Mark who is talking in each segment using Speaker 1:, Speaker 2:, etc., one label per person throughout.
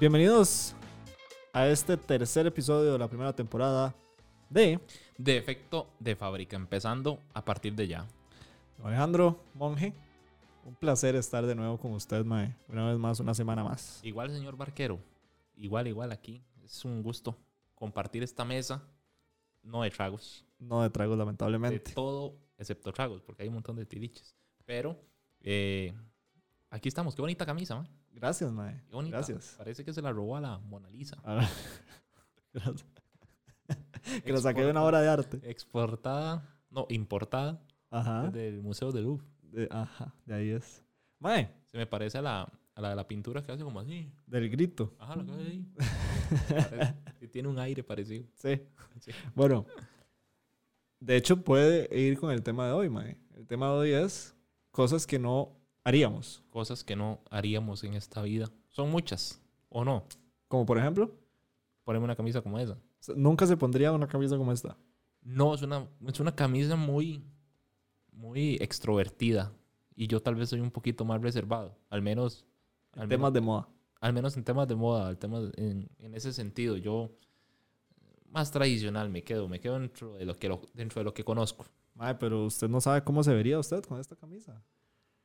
Speaker 1: Bienvenidos a este tercer episodio de la primera temporada de
Speaker 2: de efecto de fábrica, empezando a partir de ya.
Speaker 1: Alejandro Monge. Un placer estar de nuevo con usted, Mae. Una vez más, una semana más.
Speaker 2: Igual, señor Barquero, igual, igual aquí. Es un gusto compartir esta mesa, no de tragos,
Speaker 1: No de tragos,
Speaker 2: de
Speaker 1: lamentablemente.
Speaker 2: todo excepto tragos, porque hay un montón de tiriches. Pero eh, aquí estamos, qué bonita camisa, man.
Speaker 1: Gracias, Mae.
Speaker 2: Qué bonita.
Speaker 1: Gracias.
Speaker 2: Parece que se la robó a la Mona Lisa.
Speaker 1: Ah, Gracias. Que lo saqué de una obra de arte.
Speaker 2: Exportada, no, importada
Speaker 1: Ajá.
Speaker 2: desde el Museo del Louvre.
Speaker 1: de- ajá, de ahí es. Mae,
Speaker 2: Se me parece a la, a la de la pintura que hace como así.
Speaker 1: del grito.
Speaker 2: Ajá, lo que hace ahí. Parece- Tiene un aire parecido.
Speaker 1: Sí.
Speaker 2: Sí.
Speaker 1: Bueno, de hecho puede ir con el tema de hoy, Mae. El tema de hoy es cosas que no haríamos.
Speaker 2: cosas que no haríamos en esta vida. Son muchas, ¿o no?
Speaker 1: Como por ejemplo,
Speaker 2: Ponerme una camisa como esa.
Speaker 1: s- nunca se pondría una camisa como esta.
Speaker 2: No, es una, es una camisa muy, muy extrovertida. Y yo tal vez soy un poquito más reservado. Al menos,
Speaker 1: En
Speaker 2: al
Speaker 1: temas
Speaker 2: menos,
Speaker 1: de moda.
Speaker 2: al menos en temas de moda, al tema de- en, en ese sentido. Yo más tradicional me quedo, me quedo dentro de lo que, lo- dentro de lo que conozco.
Speaker 1: Mae, pero usted no sabe cómo se vería usted con esta camisa.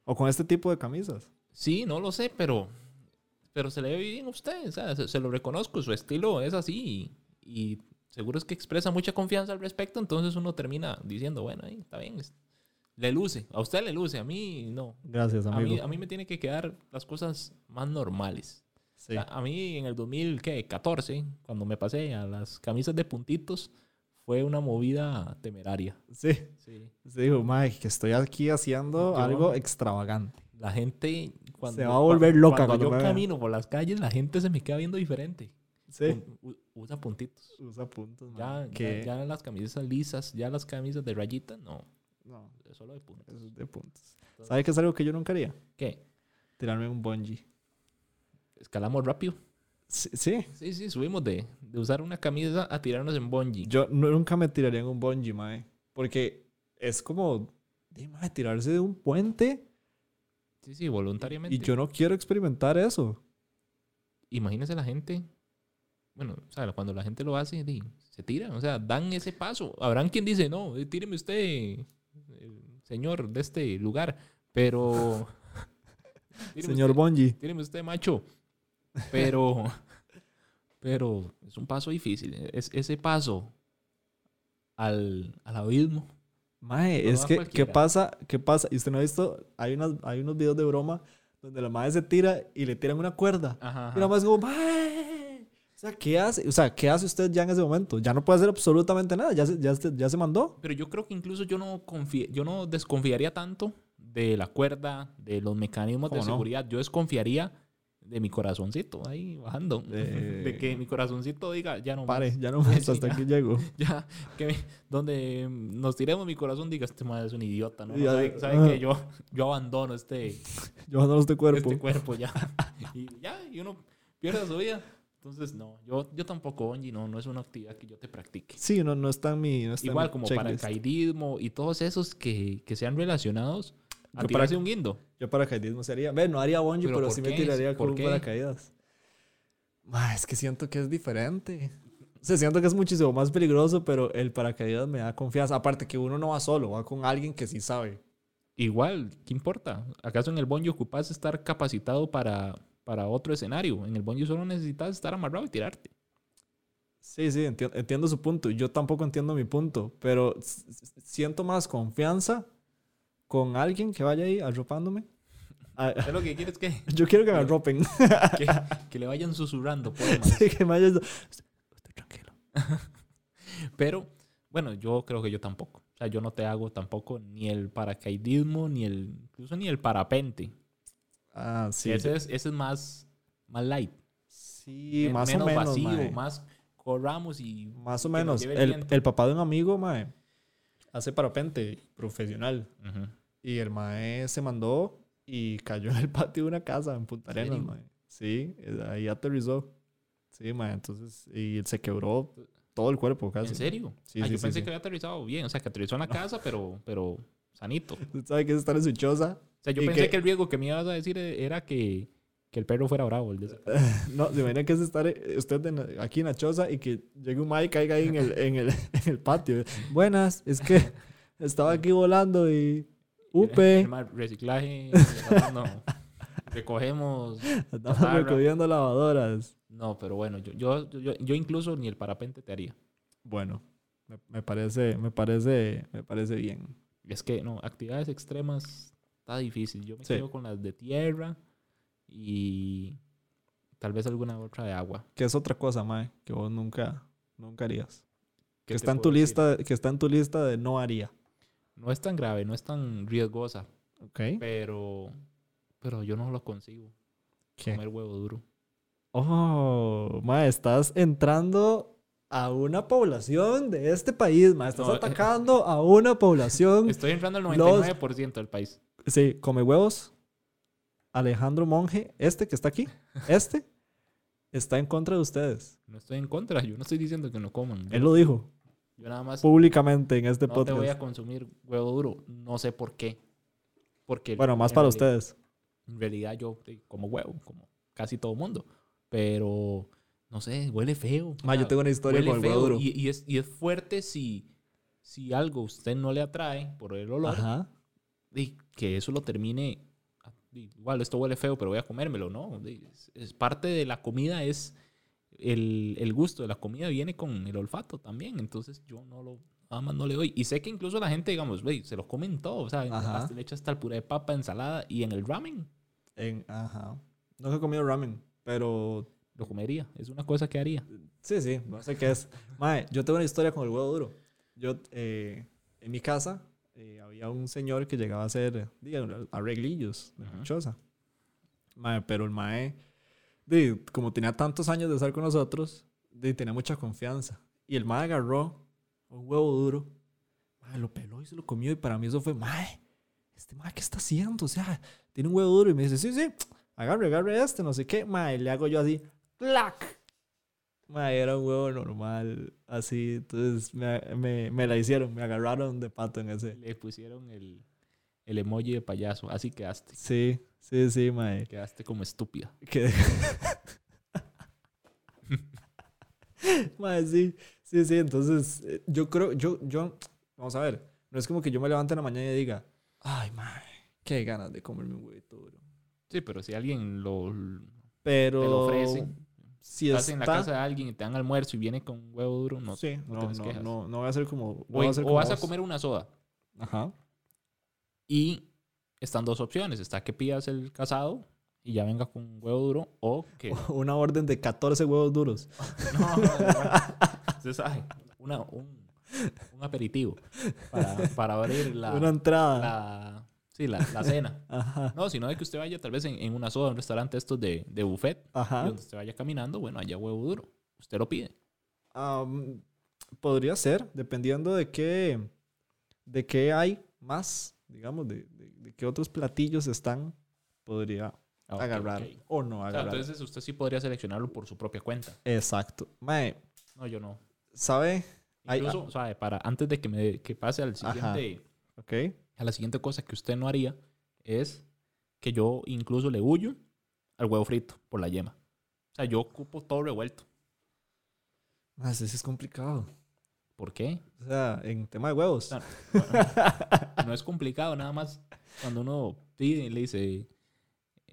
Speaker 1: O con este tipo de camisas.
Speaker 2: Sí, no lo sé, pero, pero se le ve bien a usted, o sea, se, se lo reconozco, su estilo es así y, y seguro es que expresa mucha confianza al respecto, entonces uno termina diciendo, bueno, ahí está bien, es- le luce, a usted le luce, a mí no.
Speaker 1: Gracias,
Speaker 2: A
Speaker 1: amigo.
Speaker 2: mí, a mí me tiene que quedar las cosas más normales.
Speaker 1: Sí.
Speaker 2: O sea, a mí en el 2014, cuando me pasé a las camisas de puntitos, fue una movida temeraria.
Speaker 1: Sí.
Speaker 2: Sí.
Speaker 1: Se dijo, Mae, que estoy aquí haciendo
Speaker 2: Yo-
Speaker 1: algo extravagante.
Speaker 2: La gente cuando,
Speaker 1: Se va a volver loca
Speaker 2: cuando
Speaker 1: cuando
Speaker 2: yo
Speaker 1: me vea.
Speaker 2: camino por las calles, la gente se me queda viendo diferente.
Speaker 1: Sí.
Speaker 2: Pun- u- usa puntitos.
Speaker 1: Usa puntos,
Speaker 2: Ya,
Speaker 1: mae.
Speaker 2: ya-
Speaker 1: Que-
Speaker 2: ya las camisas lisas, ya las camisas de rayita, no,
Speaker 1: No,
Speaker 2: es solo de puntos.
Speaker 1: eso es de puntos. ¿Sabe qué es algo que yo nunca haría?
Speaker 2: ¿Qué?
Speaker 1: Tirarme un bungee.
Speaker 2: Escalamos rápido.
Speaker 1: Sí. sí.
Speaker 2: Sí, sí, subimos de, de usar una camisa a tirarnos en bungee.
Speaker 1: Yo nu- nunca me tiraría en un bungee, mae. Porque es como, de, mae, tirarse de un puente.
Speaker 2: Sí, sí, voluntariamente.
Speaker 1: Y yo no quiero experimentar eso.
Speaker 2: Imagínese la gente. Bueno, o sea, cuando la gente lo hace, di, se tiran, o sea, dan ese paso. Habrán quien dice, no, eh, tíreme usted, eh, señor de este lugar, pero. Tíreme
Speaker 1: Señor
Speaker 2: usted.
Speaker 1: bungee.
Speaker 2: Tíreme usted, macho. Pero, pero es un paso difícil. Es, ese paso al, al abismo.
Speaker 1: Mae,
Speaker 2: No
Speaker 1: es
Speaker 2: va
Speaker 1: que, ¿qué
Speaker 2: cualquiera.
Speaker 1: pasa? ¿Qué pasa? Y usted no ha visto, hay, unas, hay unos videos de broma donde la madre se tira y le tiran una cuerda.
Speaker 2: Ajá.
Speaker 1: Y la madre es como, mae. O sea, ¿qué hace? O sea, ¿qué hace usted ya en ese momento? Ya no puede hacer absolutamente nada. Ya se, ya se- ya se mandó.
Speaker 2: Pero yo creo que incluso yo no confie- yo no desconfiaría tanto de la cuerda, de los mecanismos de
Speaker 1: ¿Cómo no?
Speaker 2: seguridad. Yo desconfiaría de mi corazoncito ahí bajando.
Speaker 1: Eh.
Speaker 2: De que mi corazoncito diga, ya no más.
Speaker 1: Pare, ya no más,
Speaker 2: Sí,
Speaker 1: hasta
Speaker 2: ya.
Speaker 1: aquí llego.
Speaker 2: Ya, que me- donde nos tiremos mi corazón diga, este madre es un idiota, ¿no?
Speaker 1: Ya, ah.
Speaker 2: ¿Sabe, sabe
Speaker 1: ajá.
Speaker 2: que yo, yo abandono este,
Speaker 1: Yo no este cuerpo.
Speaker 2: este cuerpo ya. y ya, y uno pierde su vida. Entonces, no, yo, yo tampoco, Onji, no, no es una actividad que yo te practique.
Speaker 1: Sí, no, no está en mi. no está en
Speaker 2: Igual
Speaker 1: mi
Speaker 2: como
Speaker 1: checklist.
Speaker 2: paracaidismo y todos esos que, que sean relacionados a
Speaker 1: Yo
Speaker 2: tirarse un guindo.
Speaker 1: Yo paracaidismo se haría. Ve, no haría bungee,
Speaker 2: ¿Pero
Speaker 1: pero,
Speaker 2: por
Speaker 1: sí me
Speaker 2: qué?
Speaker 1: tiraría
Speaker 2: ¿Por
Speaker 1: con un
Speaker 2: qué?
Speaker 1: paracaídas. Ma, es que siento que es diferente. O sea, siento que es muchísimo más peligroso, pero el paracaídas me da confianza. Aparte que uno no va solo, va con alguien que sí sabe.
Speaker 2: Igual, ¿qué importa? ¿Acaso en el bonji ocupas estar capacitado para, para otro escenario? En el bonji solo necesitas estar amarrado y tirarte.
Speaker 1: Sí, sí, enti- entiendo su punto. Yo tampoco entiendo mi punto, pero s- s- siento más confianza con alguien que vaya ahí arropándome. Ah,
Speaker 2: ¿Sabes lo que quieres que,
Speaker 1: Yo quiero que me arropen.
Speaker 2: que, que le vayan susurrando pues, poemas?
Speaker 1: Sí, que me vaya... Estoy tranquilo.
Speaker 2: Pero, bueno, yo creo que yo tampoco. O sea, yo no te hago tampoco ni el paracaidismo, ni el, incluso ni el parapente.
Speaker 1: Ah, sí.
Speaker 2: ese, es, ese es más, más light.
Speaker 1: Sí,
Speaker 2: men-
Speaker 1: más o menos.
Speaker 2: vacío,
Speaker 1: mae.
Speaker 2: más corramos y
Speaker 1: Más o
Speaker 2: que nos
Speaker 1: menos.
Speaker 2: lleve el
Speaker 1: El,
Speaker 2: viento.
Speaker 1: el papá de un amigo, mae, hace parapente profesional.
Speaker 2: Ujú.
Speaker 1: Y el mae se mandó y cayó en el patio de una casa en Punta
Speaker 2: ¿En
Speaker 1: Arenas,
Speaker 2: serio?
Speaker 1: mae. Sí, eh, ahí aterrizó. Sí, mae, entonces... Y se quebró todo el cuerpo casi.
Speaker 2: ¿En serio?
Speaker 1: Sí,
Speaker 2: Ah,
Speaker 1: sí,
Speaker 2: yo
Speaker 1: sí,
Speaker 2: pensé
Speaker 1: sí.
Speaker 2: que había aterrizado bien. O sea, que aterrizó en la casa, pero, pero sanito. O
Speaker 1: ¿Usted sabe que es estar en su choza?
Speaker 2: sea, yo
Speaker 1: ¿Y
Speaker 2: pensé
Speaker 1: qué?
Speaker 2: que el riesgo que me ibas a decir era que, Que el perro fuera bravo. el de esa-
Speaker 1: No, se imagina que es estar eh, usted en- aquí en la choza y que llegue un mae y caiga ahí en el, en el, en el patio. Buenas, es que estaba aquí volando y.
Speaker 2: El
Speaker 1: Upe,
Speaker 2: mar- Reciclaje. No. Recogemos.
Speaker 1: andamos
Speaker 2: Chatarra.
Speaker 1: recogiendo lavadoras.
Speaker 2: No, pero bueno, yo, yo, yo, yo incluso ni el parapente te haría.
Speaker 1: Bueno, me, me parece, me parece, me parece bien.
Speaker 2: Es que, no, actividades extremas está difícil. Yo me
Speaker 1: Sí.
Speaker 2: quedo con las de tierra y tal vez alguna otra de agua.
Speaker 1: Que es otra cosa, mae, que vos nunca, nunca harías. Que
Speaker 2: ¿Qué te
Speaker 1: está en tu
Speaker 2: puedo decir?
Speaker 1: lista, que está en tu lista de no haría.
Speaker 2: No es tan grave, no es tan riesgosa,
Speaker 1: ¿Ok?
Speaker 2: pero, pero yo no lo consigo.
Speaker 1: ¿Qué?
Speaker 2: Comer huevo duro.
Speaker 1: Oh, mae, estás entrando a una población de este país, mae. Estás
Speaker 2: No, eh, Este
Speaker 1: atacando a una población.
Speaker 2: Estoy entrando al
Speaker 1: Los-
Speaker 2: 99% del país.
Speaker 1: Sí, come huevos. Alejandro Monge, este que está aquí, este, está en contra de ustedes.
Speaker 2: No estoy en contra, yo no estoy diciendo que no coman. Yo,
Speaker 1: Él lo dijo
Speaker 2: yo nada más
Speaker 1: públicamente en este
Speaker 2: no te
Speaker 1: podcast.
Speaker 2: voy a consumir huevo duro. No sé por qué. Porque
Speaker 1: Bueno, más
Speaker 2: en
Speaker 1: para
Speaker 2: realidad-
Speaker 1: ustedes.
Speaker 2: En realidad yo eh, como huevo, como casi todo mundo. Pero, no sé, huele feo.
Speaker 1: Ma, yo
Speaker 2: Ah,
Speaker 1: tengo una historia
Speaker 2: huele
Speaker 1: con el huevo
Speaker 2: feo
Speaker 1: duro.
Speaker 2: Y, y es, y es fuerte si, si algo usted no le atrae por el olor.
Speaker 1: Ajá.
Speaker 2: Y que eso lo termine. ah, di, Igual, esto huele feo, pero voy a comérmelo, ¿no? Di, Es, es parte de la comida, es el, el gusto de la comida viene con el olfato también. Entonces yo no lo. Nada más no le doy. Y sé que incluso la gente, digamos, "Güey, se lo comen todo. O sea, en el
Speaker 1: Ajá.
Speaker 2: pastel le echa hasta el puré de papa, ensalada y en el ramen.
Speaker 1: En, ajá. No he comido ramen, pero
Speaker 2: lo comería. Es una cosa que haría.
Speaker 1: Sí, sí, no sé qué es. Mae, yo tengo una historia con el huevo duro. Yo, eh, en mi casa, eh, había un señor que llegaba a hacer, digan, arreglillos de
Speaker 2: Ajá.
Speaker 1: la choza. Mae, pero el mae, di, como tenía tantos años de estar con nosotros, di, tenía mucha confianza. Y el mae agarró un huevo duro, mae, lo peló y se lo comió. Y para mí eso fue, mae, este mae, ¿qué está haciendo? O sea, tiene un huevo duro. Y me dice, sí, sí, agarre, agarre este, no sé qué. Mae, le hago yo así, ¡clac! Mae, era un huevo normal, así. Entonces me, me, me la hicieron, me agarraron de pato en ese.
Speaker 2: Le pusieron el, el emoji de payaso. Así quedaste.
Speaker 1: Sí, sí, sí, mae.
Speaker 2: Quedaste como estúpida.
Speaker 1: Que... mae, sí, sí, sí. Entonces eh, yo creo, yo, yo, vamos a ver, no es como que yo me levante en la mañana y diga, ay, mae, qué ganas de comerme un huevito duro.
Speaker 2: Sí, pero si alguien lo,
Speaker 1: Pero.
Speaker 2: te lo ofrece,
Speaker 1: Si
Speaker 2: estás
Speaker 1: está,
Speaker 2: en la casa de alguien y te dan almuerzo y viene con un huevo duro, no.
Speaker 1: sí, no,
Speaker 2: tienes
Speaker 1: no,
Speaker 2: quejas.
Speaker 1: no, no voy a ser como. no
Speaker 2: o,
Speaker 1: voy
Speaker 2: en-
Speaker 1: ser
Speaker 2: o
Speaker 1: como
Speaker 2: vas a
Speaker 1: vos.
Speaker 2: comer una soda
Speaker 1: Ajá.
Speaker 2: y están dos opciones. Está que pidas el casado y ya venga con un huevo duro o que...
Speaker 1: Una orden de 14 huevos duros.
Speaker 2: No, no, no. se sabe. Una, un, un aperitivo para, para abrir la,
Speaker 1: una entrada.
Speaker 2: la, sí, la- la cena.
Speaker 1: Ajá,
Speaker 2: No, sino de que usted vaya tal vez en, en una soda, un restaurante estos de, de buffet, y
Speaker 1: ajá.
Speaker 2: donde usted vaya caminando, bueno, allá huevo duro. Usted lo pide.
Speaker 1: Am, podría ser, dependiendo de qué, de qué hay más, digamos, de, de- de qué otros platillos están, podría
Speaker 2: Ah, ok,
Speaker 1: agarrar
Speaker 2: ok.
Speaker 1: o no
Speaker 2: O sea,
Speaker 1: agarrar.
Speaker 2: entonces usted sí podría seleccionarlo por su propia cuenta.
Speaker 1: Exacto. Mae,
Speaker 2: No, yo no.
Speaker 1: ¿sabe? Ay, ah.
Speaker 2: Incluso, o sea, para, antes de que, me, que pase al
Speaker 1: Ajá.
Speaker 2: siguiente,
Speaker 1: Ok.
Speaker 2: a la siguiente cosa que usted no haría, es que yo incluso le huyo al huevo frito por la yema. O sea, yo ocupo todo revuelto.
Speaker 1: Mae, Ah, sí, sí es complicado.
Speaker 2: ¿Por qué?
Speaker 1: O sea, en tema de huevos.
Speaker 2: Claro. No es complicado, nada más cuando uno pide y le dice,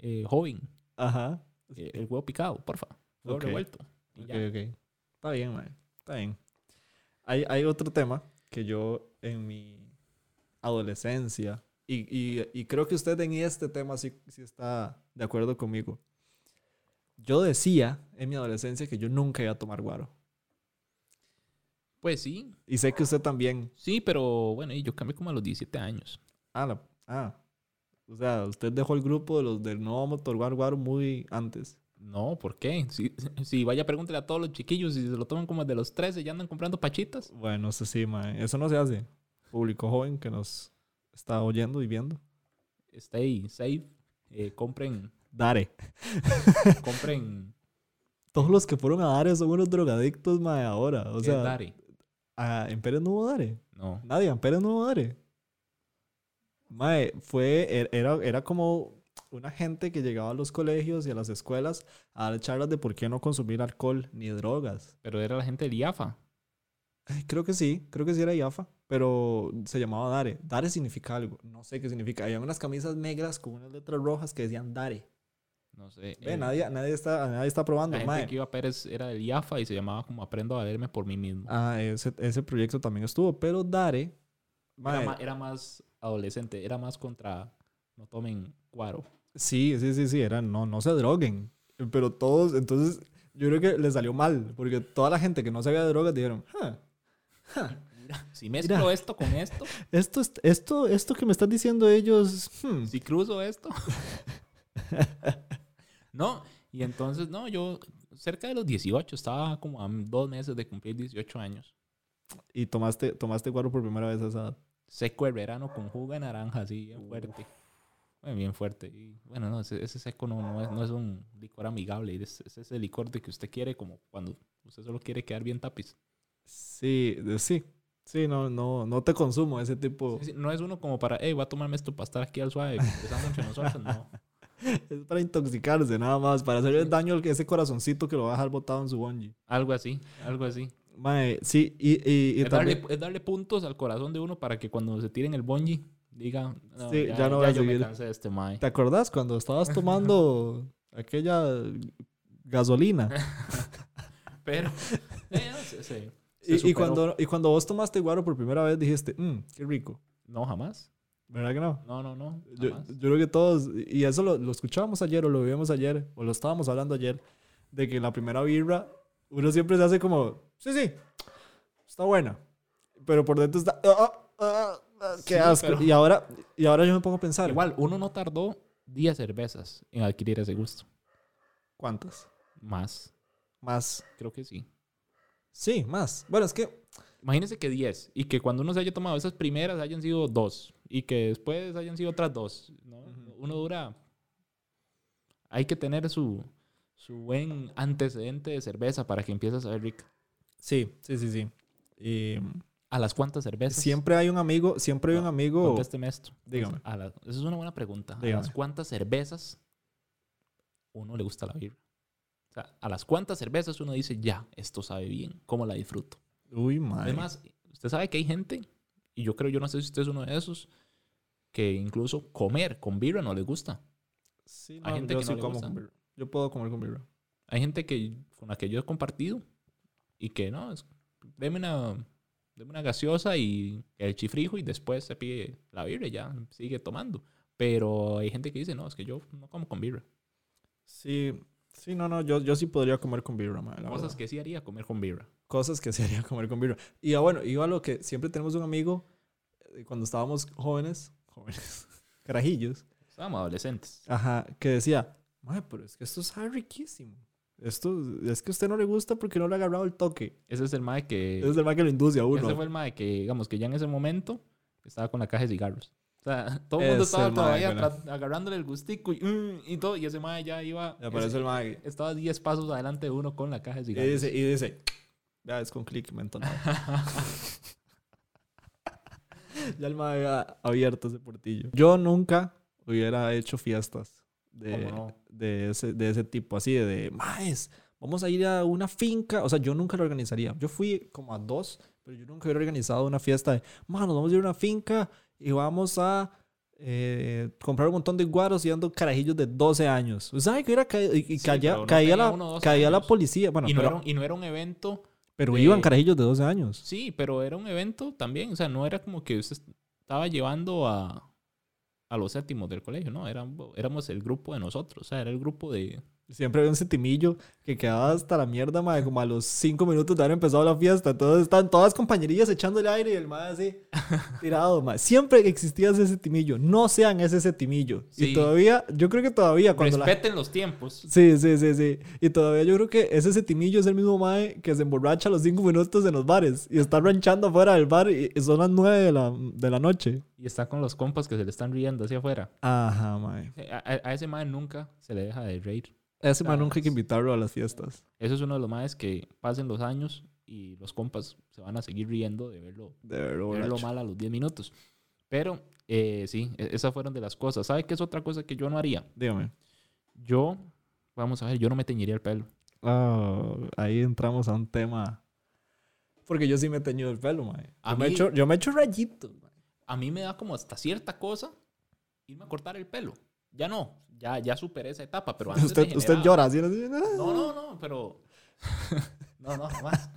Speaker 2: eh, joven,
Speaker 1: Ajá.
Speaker 2: eh, el huevo picado, porfa. Huevo
Speaker 1: Ok.
Speaker 2: revuelto. Y
Speaker 1: Ok,
Speaker 2: ya.
Speaker 1: ok. Está bien, mae. Está bien. Hay, hay otro tema que yo en mi adolescencia, y, y- y creo que usted en este tema sí, sí está de acuerdo conmigo. Yo decía en mi adolescencia que yo nunca iba a tomar guaro.
Speaker 2: Pues sí,
Speaker 1: Y sé que usted también.
Speaker 2: sí, pero bueno, y yo cambié como a los 17 años.
Speaker 1: Ah, la- ah. O sea, usted dejó el grupo de los del no vamos a tomar guaro muy antes.
Speaker 2: No, ¿por qué? Si, si vaya, pregúntele a todos los chiquillos si se lo toman como de los 13, ya andan comprando pachitas.
Speaker 1: Bueno, eso sí, mae. Eso no se hace. Público joven que nos está oyendo y viendo.
Speaker 2: Stay safe, eh, compren,
Speaker 1: Dare.
Speaker 2: compren.
Speaker 1: Todos los que fueron a Dare son unos drogadictos, mae, ahora. O
Speaker 2: ¿qué
Speaker 1: sea,
Speaker 2: es Dari?
Speaker 1: a- en Pérez no hubo Dare.
Speaker 2: eh, No,
Speaker 1: Nadie, en Pérez no hubo Dare. Mae, fue, er- era, era como una gente que llegaba a los colegios y a las escuelas a dar charlas de por qué no consumir alcohol ni drogas.
Speaker 2: Pero era la gente del IAFA.
Speaker 1: Ay, Creo que sí, creo que sí era IAFA, pero se llamaba Dare. Dare significa algo, no sé qué significa. Había unas camisas negras con unas letras rojas que decían Dare.
Speaker 2: No sé.
Speaker 1: Ve,
Speaker 2: eh,
Speaker 1: nadie, nadie, está, nadie está probando,
Speaker 2: la gente
Speaker 1: mae.
Speaker 2: que iba a Pérez era del IAFA y se llamaba como Aprendo a valerme por mí mismo.
Speaker 1: Ah, ese, ese proyecto también estuvo, pero Dare...
Speaker 2: Era,
Speaker 1: mae,
Speaker 2: ma- era más adolescente, era más contra no tomen cuaro.
Speaker 1: Sí, sí, sí, sí, era no, no se droguen. Pero todos, entonces, yo creo que le salió mal, porque toda la gente que no sabía de drogas dijeron, "Ah,
Speaker 2: Si mezclo
Speaker 1: Mira.
Speaker 2: esto con esto,
Speaker 1: esto, es- esto, esto que me están diciendo ellos, hmm,
Speaker 2: si cruzo esto. no, y entonces, no, yo cerca de los 18, estaba como a dos meses de cumplir 18 años.
Speaker 1: y tomaste, tomaste guaro por primera vez a esa edad.
Speaker 2: Seco el verano con jugo de naranja, así, bien fuerte. Bueno, bien fuerte. Y, bueno, no, ese, ese seco no, no es, no es un licor amigable. Es, es ese licor de que usted quiere, como cuando usted solo quiere quedar bien tapiz.
Speaker 1: Sí, de- sí, sí, no, no, no te consumo ese tipo.
Speaker 2: Sí, sí, No es uno como para, hey, voy a tomarme esto para estar aquí al suave, empezando entre nosotros. No.
Speaker 1: Es para intoxicarse nada más, para hacerle daño a ese corazoncito que lo va a dejar botado en su bungee.
Speaker 2: Algo así, algo así.
Speaker 1: Mae, sí, y, y, y
Speaker 2: Es
Speaker 1: también-
Speaker 2: darle, es darle puntos al corazón de uno para que cuando se tiren el bungee diga, no,
Speaker 1: Sí,
Speaker 2: ya,
Speaker 1: ya no
Speaker 2: ya
Speaker 1: va a
Speaker 2: yo me
Speaker 1: seguir".
Speaker 2: cansé de este mae.
Speaker 1: ¿Te acordás cuando estabas tomando aquella gasolina?
Speaker 2: Pero, eh, se- se- se
Speaker 1: Y- Y,
Speaker 2: superó.
Speaker 1: cuando, y cuando vos tomaste guaro por primera vez dijiste, mmm, qué rico.
Speaker 2: No, jamás.
Speaker 1: ¿Verdad que no?
Speaker 2: No, no, no.
Speaker 1: Yo,
Speaker 2: jamás.
Speaker 1: yo creo que todos, y eso lo, lo escuchábamos ayer o lo vimos ayer o lo estábamos hablando ayer, de que la primera birra, uno siempre se hace como, sí, sí, está buena, pero por dentro está, "Ah, ah, ah, ah, qué
Speaker 2: Sí,
Speaker 1: asco.
Speaker 2: pero-
Speaker 1: Y, ahora, y ahora yo me pongo a pensar,
Speaker 2: Igual, uno no tardó 10 cervezas en adquirir ese gusto.
Speaker 1: ¿cuántas?
Speaker 2: Más,
Speaker 1: Más.
Speaker 2: creo que sí.
Speaker 1: Sí, más. Bueno, es que,
Speaker 2: Imagínense que 10 y que cuando uno se haya tomado esas primeras hayan sido dos y que después hayan sido otras dos. ¿no?
Speaker 1: Ujú.
Speaker 2: Uno dura. Hay que tener su, su buen antecedente de cerveza para que empiece a saber rica.
Speaker 1: sí, sí, sí, sí. Y,
Speaker 2: ¿A las cuántas cervezas?
Speaker 1: siempre hay un amigo, siempre hay un amigo...
Speaker 2: Contésteme esto. Pues,
Speaker 1: Dígame.
Speaker 2: A la- esa es una buena pregunta. ¿A las
Speaker 1: Dígame.
Speaker 2: cuántas cervezas uno le gusta la birra? O sea, ¿a las cuántas cervezas uno dice, ya, esto sabe bien, cómo la disfruto?
Speaker 1: Uy, madre.
Speaker 2: Además, usted sabe que hay gente, y yo creo, yo no sé si usted es uno de esos, que incluso comer con birra no les gusta.
Speaker 1: Sí,
Speaker 2: Hay
Speaker 1: no,
Speaker 2: gente
Speaker 1: yo
Speaker 2: que no
Speaker 1: sí
Speaker 2: le
Speaker 1: como
Speaker 2: gusta.
Speaker 1: con birra. Yo puedo comer con birra.
Speaker 2: Hay gente que, con la que yo he compartido y que no, es, deme, una, deme una gaseosa y el chifrijo y después se pide la birra y ya sigue tomando. Pero hay gente que dice, no, es que yo no como con birra.
Speaker 1: Sí, sí, no, no, yo, yo sí podría comer con birra, mae, la
Speaker 2: Cosas
Speaker 1: verdad.
Speaker 2: que sí haría comer con birra.
Speaker 1: Cosas que se haría comer con birra. Y ah, bueno, iba a lo que siempre tenemos un amigo, eh, cuando estábamos jóvenes, jóvenes, carajillos,
Speaker 2: Estábamos adolescentes.
Speaker 1: ajá, que decía, madre, pero es que esto sabe riquísimo. Esto es que a usted no le gusta porque no le ha agarrado el toque.
Speaker 2: Ese es el mae que...
Speaker 1: Es el mae que lo induce a uno.
Speaker 2: Ese fue el mae que, digamos, que ya en ese momento estaba con la caja de cigarros. O sea, todo el mundo
Speaker 1: Ese
Speaker 2: estaba
Speaker 1: mae,
Speaker 2: todavía
Speaker 1: ¿verdad?
Speaker 2: tra- agarrándole el gustico y, mm, y todo. Y ese mae ya iba...
Speaker 1: Y aparece
Speaker 2: ese-
Speaker 1: el mae
Speaker 2: estaba 10 pasos adelante de uno con la caja de
Speaker 1: y
Speaker 2: cigarros.
Speaker 1: dice, y dice, ya es con click, me entonó". Ya el mae había abierto ese portillo. Yo nunca hubiera hecho fiestas de,
Speaker 2: ¿Cómo no?
Speaker 1: de, ese, de ese tipo, así de, de, maes, vamos a ir a una finca. O sea, yo nunca lo organizaría. Yo fui como a dos, pero yo nunca hubiera organizado una fiesta de, mano, vamos a ir a una finca y vamos a eh, comprar un montón de guaros y dando carajillos de 12 años. O sea, que hubiera caído, y, y
Speaker 2: Sí,
Speaker 1: caía,
Speaker 2: pero no
Speaker 1: caía,
Speaker 2: tenía
Speaker 1: la,
Speaker 2: uno o 12
Speaker 1: caía la
Speaker 2: años.
Speaker 1: policía. Bueno,
Speaker 2: y, no
Speaker 1: pero,
Speaker 2: era, un- y no era un evento...
Speaker 1: pero
Speaker 2: de-
Speaker 1: iban carajillos de 12 años.
Speaker 2: Sí, pero era un evento también. O sea, no era como que usted estaba llevando a, a los séptimos del colegio, ¿no? Eran- éramos el grupo de nosotros. O sea, era el grupo de...
Speaker 1: Siempre había un setimillo que quedaba hasta la mierda, madre, como a los cinco minutos de haber empezado la fiesta. Entonces estaban todas las compañerillas echando el aire y el madre así tirado, madre. Siempre existía ese setimillo. No sean ese setimillo.
Speaker 2: Sí.
Speaker 1: Y todavía, yo creo que todavía cuando la...
Speaker 2: Respeten los tiempos.
Speaker 1: Sí, sí, sí, sí. Y todavía yo creo que ese setimillo es el mismo mae que se emborracha a los cinco minutos en los bares y está ranchando afuera del bar y y son las nueve de la, de la noche.
Speaker 2: Y está con los compas que se le están riendo hacia afuera. Eh,
Speaker 1: Ajá, mae.
Speaker 2: A, a- a ese mae nunca se le deja de reír.
Speaker 1: Ese mae
Speaker 2: Ah,
Speaker 1: nunca hay que
Speaker 2: sí.
Speaker 1: invitarlo a las fiestas.
Speaker 2: Eso es uno de los maes que pasen los años y los compas se van a seguir riendo de verlo,
Speaker 1: De verdad,
Speaker 2: de verlo
Speaker 1: borracho.
Speaker 2: mal a los 10 minutos. Pero eh, sí, e- esas fueron de las cosas. ¿Sabe qué es otra cosa que yo no haría?
Speaker 1: Dígame.
Speaker 2: Yo, vamos a ver, yo no me teñiría el pelo.
Speaker 1: Ah, ahí entramos a un tema. Porque yo sí me he teñido el pelo, mae.
Speaker 2: A
Speaker 1: Yo, me he
Speaker 2: mí-
Speaker 1: hecho, yo me he hecho rayitos, mae.
Speaker 2: A mí me da como hasta cierta cosa irme a cortar el pelo. Ya no, ya, ya superé esa etapa, pero antes
Speaker 1: Usted,
Speaker 2: me
Speaker 1: usted
Speaker 2: generaba-
Speaker 1: llora, así, ¿no? Así, ah.
Speaker 2: No, no, no, pero. No, no, más.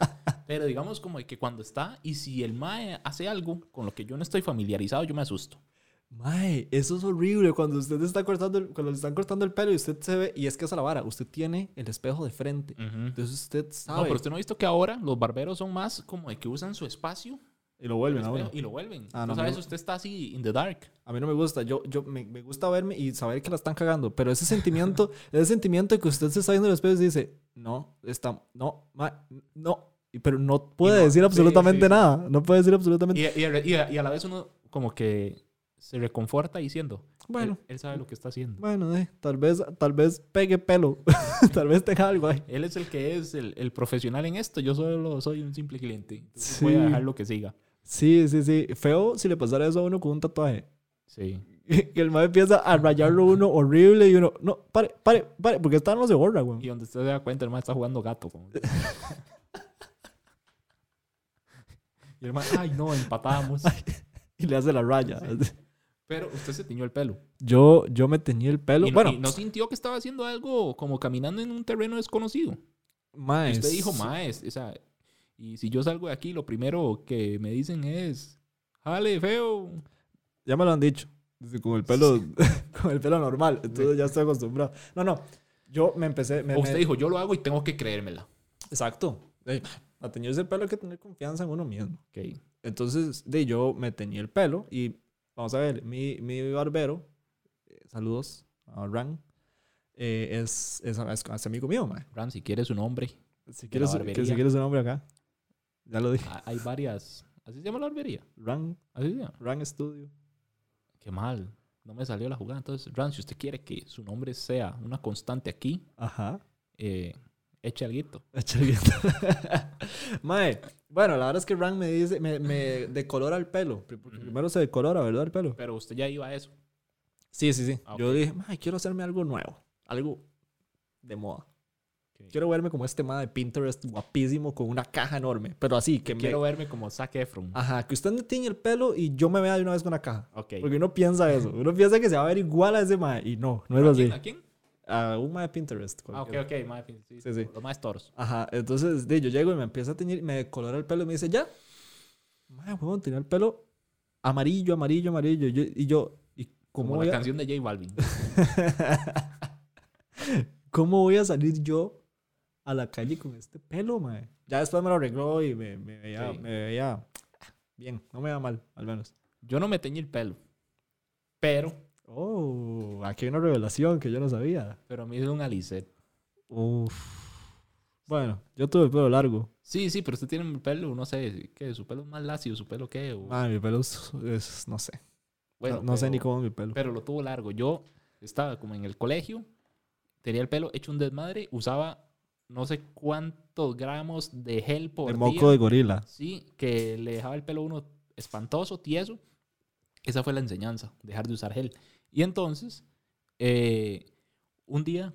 Speaker 2: Pero digamos como que cuando está y si el mae hace algo con lo que yo no estoy familiarizado, yo me asusto.
Speaker 1: Mae, eso es horrible. Cuando usted está cortando, el- cuando le están cortando el pelo y usted se ve, y es que es a la vara, usted tiene el espejo de frente. Entonces usted sabe.
Speaker 2: Mm. No, pero usted no ha visto que ahora los barberos son más como de que usan su espacio
Speaker 1: Y lo vuelven a
Speaker 2: espejo,
Speaker 1: uno.
Speaker 2: y lo vuelven.
Speaker 1: Ah,
Speaker 2: no,
Speaker 1: no,
Speaker 2: sabes,
Speaker 1: no.
Speaker 2: usted está así in the dark.
Speaker 1: A mí no me gusta. Yo, yo me, me gusta verme y saber que la están cagando. Pero ese sentimiento, ese sentimiento de que usted se está viendo en el espejo y dice, no, está, no, ma- no. Y- Pero no puede
Speaker 2: no,
Speaker 1: decir
Speaker 2: sí,
Speaker 1: absolutamente
Speaker 2: sí.
Speaker 1: nada. No puede decir absolutamente
Speaker 2: Y, y a- y a- y a la vez uno como que se reconforta diciendo,
Speaker 1: Bueno,
Speaker 2: él, él sabe lo que está haciendo.
Speaker 1: bueno, eh, tal vez, tal vez pegue pelo. tal vez tenga algo ahí.
Speaker 2: Él es el que es el, el profesional en esto, yo solo soy un simple cliente. Entonces
Speaker 1: Sí.
Speaker 2: voy a dejar lo que siga.
Speaker 1: Sí, sí, sí. Feo si le pasara eso a uno con un tatuaje.
Speaker 2: Sí.
Speaker 1: Que el mae empieza a rayarlo uno horrible y uno, no, pare, pare, pare, porque esta no se borra, güey.
Speaker 2: Y donde usted se da cuenta, el man está jugando gato. como que- y el man, ay no, empatamos.
Speaker 1: Y le hace la raya.
Speaker 2: Pero usted se tiñó el pelo.
Speaker 1: Yo, yo me teñí el pelo.
Speaker 2: y, no-
Speaker 1: bueno,
Speaker 2: y no sintió que estaba haciendo algo como caminando en un terreno desconocido.
Speaker 1: mae,
Speaker 2: Y usted dijo,
Speaker 1: sí.
Speaker 2: más, o sea, y si yo salgo de aquí, lo primero que me dicen es, jale, feo.
Speaker 1: Ya me lo han dicho. Desde Con el pelo, con el pelo normal. Entonces ya estoy acostumbrado. No, no. Yo me empecé. Me,
Speaker 2: O usted
Speaker 1: me-
Speaker 2: dijo, yo lo hago y tengo que creérmela.
Speaker 1: Exacto. Ey, Para teñirse el pelo hay que tener confianza en uno mismo.
Speaker 2: Ok.
Speaker 1: Entonces, de yo me teñí el pelo y vamos a ver, mi, mi barbero, eh, saludos a Ran, eh, es, es, es- es amigo mío, mae.
Speaker 2: Ram, si quieres un hombre,
Speaker 1: Si
Speaker 2: De la
Speaker 1: quieres, que, si
Speaker 2: barbería.
Speaker 1: quieres un nombre acá, ya lo dije.
Speaker 2: ha- hay varias... ¿Así se llama la barbería?
Speaker 1: Ran,
Speaker 2: ¿Así se llama?
Speaker 1: Ran Studio.
Speaker 2: Qué mal. No me salió la jugada. Entonces, Ran, si usted quiere que su nombre sea una constante aquí,
Speaker 1: Ajá.
Speaker 2: eh, eche alguito.
Speaker 1: Mae, bueno, la verdad es que Ran me dice, me, me decolora el pelo. Pri- porque
Speaker 2: Ujú.
Speaker 1: Primero se decolora, ¿verdad? El pelo.
Speaker 2: Pero usted ya iba a eso.
Speaker 1: Sí, sí, sí.
Speaker 2: Ah,
Speaker 1: Yo dije, mae, quiero hacerme algo nuevo. Algo de moda.
Speaker 2: Ok.
Speaker 1: Quiero verme como este mae de Pinterest guapísimo con una caja enorme. Pero así, que me- Ah,
Speaker 2: Quiero verme como Zac Efron.
Speaker 1: Ajá, que usted me tiñe el pelo y yo me vea de una vez con una caja.
Speaker 2: ok.
Speaker 1: Porque uno piensa eso. Uno piensa que se va a ver igual a ese mae. Y no, no es
Speaker 2: ¿A
Speaker 1: así.
Speaker 2: quién? ¿A quién?
Speaker 1: A un mae de Pinterest.
Speaker 2: Ah, ok,
Speaker 1: cualquiera.
Speaker 2: ok. Más, sí, sí,
Speaker 1: Sí, sí.
Speaker 2: Los más toros.
Speaker 1: Ajá, entonces de, yo llego y me empieza a teñir, me colora el pelo y me dice, ya, madre, huevón, tenía el pelo amarillo, amarillo, amarillo. Yo- y yo, ¿y cómo,
Speaker 2: Como
Speaker 1: voy
Speaker 2: la
Speaker 1: a,
Speaker 2: canción de J Balvin.
Speaker 1: cómo voy a salir yo a la calle con este pelo, mae? Ya después me lo arregló y me, me veía,
Speaker 2: Sí.
Speaker 1: me veía bien, no me da mal, al menos.
Speaker 2: Yo no me teñí el pelo. Pero,
Speaker 1: Oh, aquí hay una revelación que yo no sabía.
Speaker 2: pero me hice un alicet.
Speaker 1: Uf. Bueno, yo tuve el pelo largo.
Speaker 2: Sí, sí, pero usted tiene el pelo, no sé, ¿qué? ¿Su pelo es más lacio? ¿Su pelo qué? O-
Speaker 1: Ah, mi pelo es, es- no sé.
Speaker 2: bueno,
Speaker 1: no no sé
Speaker 2: pero-
Speaker 1: ni cómo es mi pelo.
Speaker 2: pero lo tuvo largo. Yo estaba como en el colegio, tenía el pelo hecho un desmadre, usaba no sé cuántos gramos de gel por
Speaker 1: El
Speaker 2: día.
Speaker 1: moco de gorila.
Speaker 2: Sí, que le dejaba el pelo a uno espantoso, tieso. Esa fue la enseñanza, dejar de usar gel. Y entonces, eh, un día,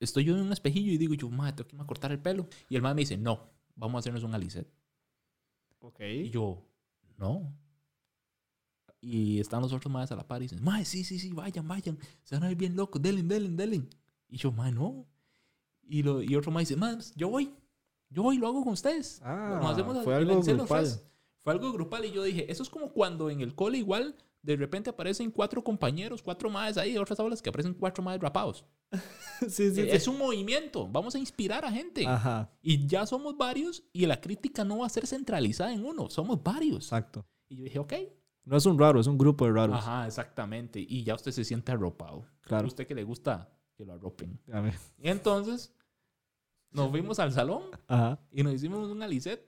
Speaker 2: estoy yo en un espejillo y digo yo, madre, tengo que irme a cortar el pelo. Y el madre me dice, no, vamos a hacernos un alicet.
Speaker 1: Ok.
Speaker 2: Y yo, no. Y están los otros madres a la par y dicen, madre, sí, sí, sí, vayan, vayan. Se van a ver bien locos, delen, delen, delen. Y yo, madre, no. Y, lo, y otro madre dice, madre, yo voy. Yo voy, lo hago con ustedes.
Speaker 1: Ah,
Speaker 2: Nos hacemos
Speaker 1: fue
Speaker 2: el- el
Speaker 1: algo
Speaker 2: Encel
Speaker 1: grupal.
Speaker 2: Fest. Fue algo grupal y yo dije, eso es como cuando en el cole igual de repente aparecen cuatro compañeros, cuatro madres ahí, de otras aulas que aparecen cuatro madres rapados.
Speaker 1: sí, sí, Ah. sí.
Speaker 2: Es un movimiento, vamos a inspirar a gente.
Speaker 1: Ajá,
Speaker 2: Y ya somos varios y la crítica no va a ser centralizada en uno, somos varios.
Speaker 1: exacto.
Speaker 2: Y yo dije, ok.
Speaker 1: No es un raro, es un grupo de raros.
Speaker 2: Ajá, exactamente. Y ya usted se siente arropado.
Speaker 1: Claro.
Speaker 2: Usted que le gusta que lo arropen.
Speaker 1: A ver,
Speaker 2: Y entonces nos fuimos al salón
Speaker 1: Ajá.
Speaker 2: y nos hicimos un alicet.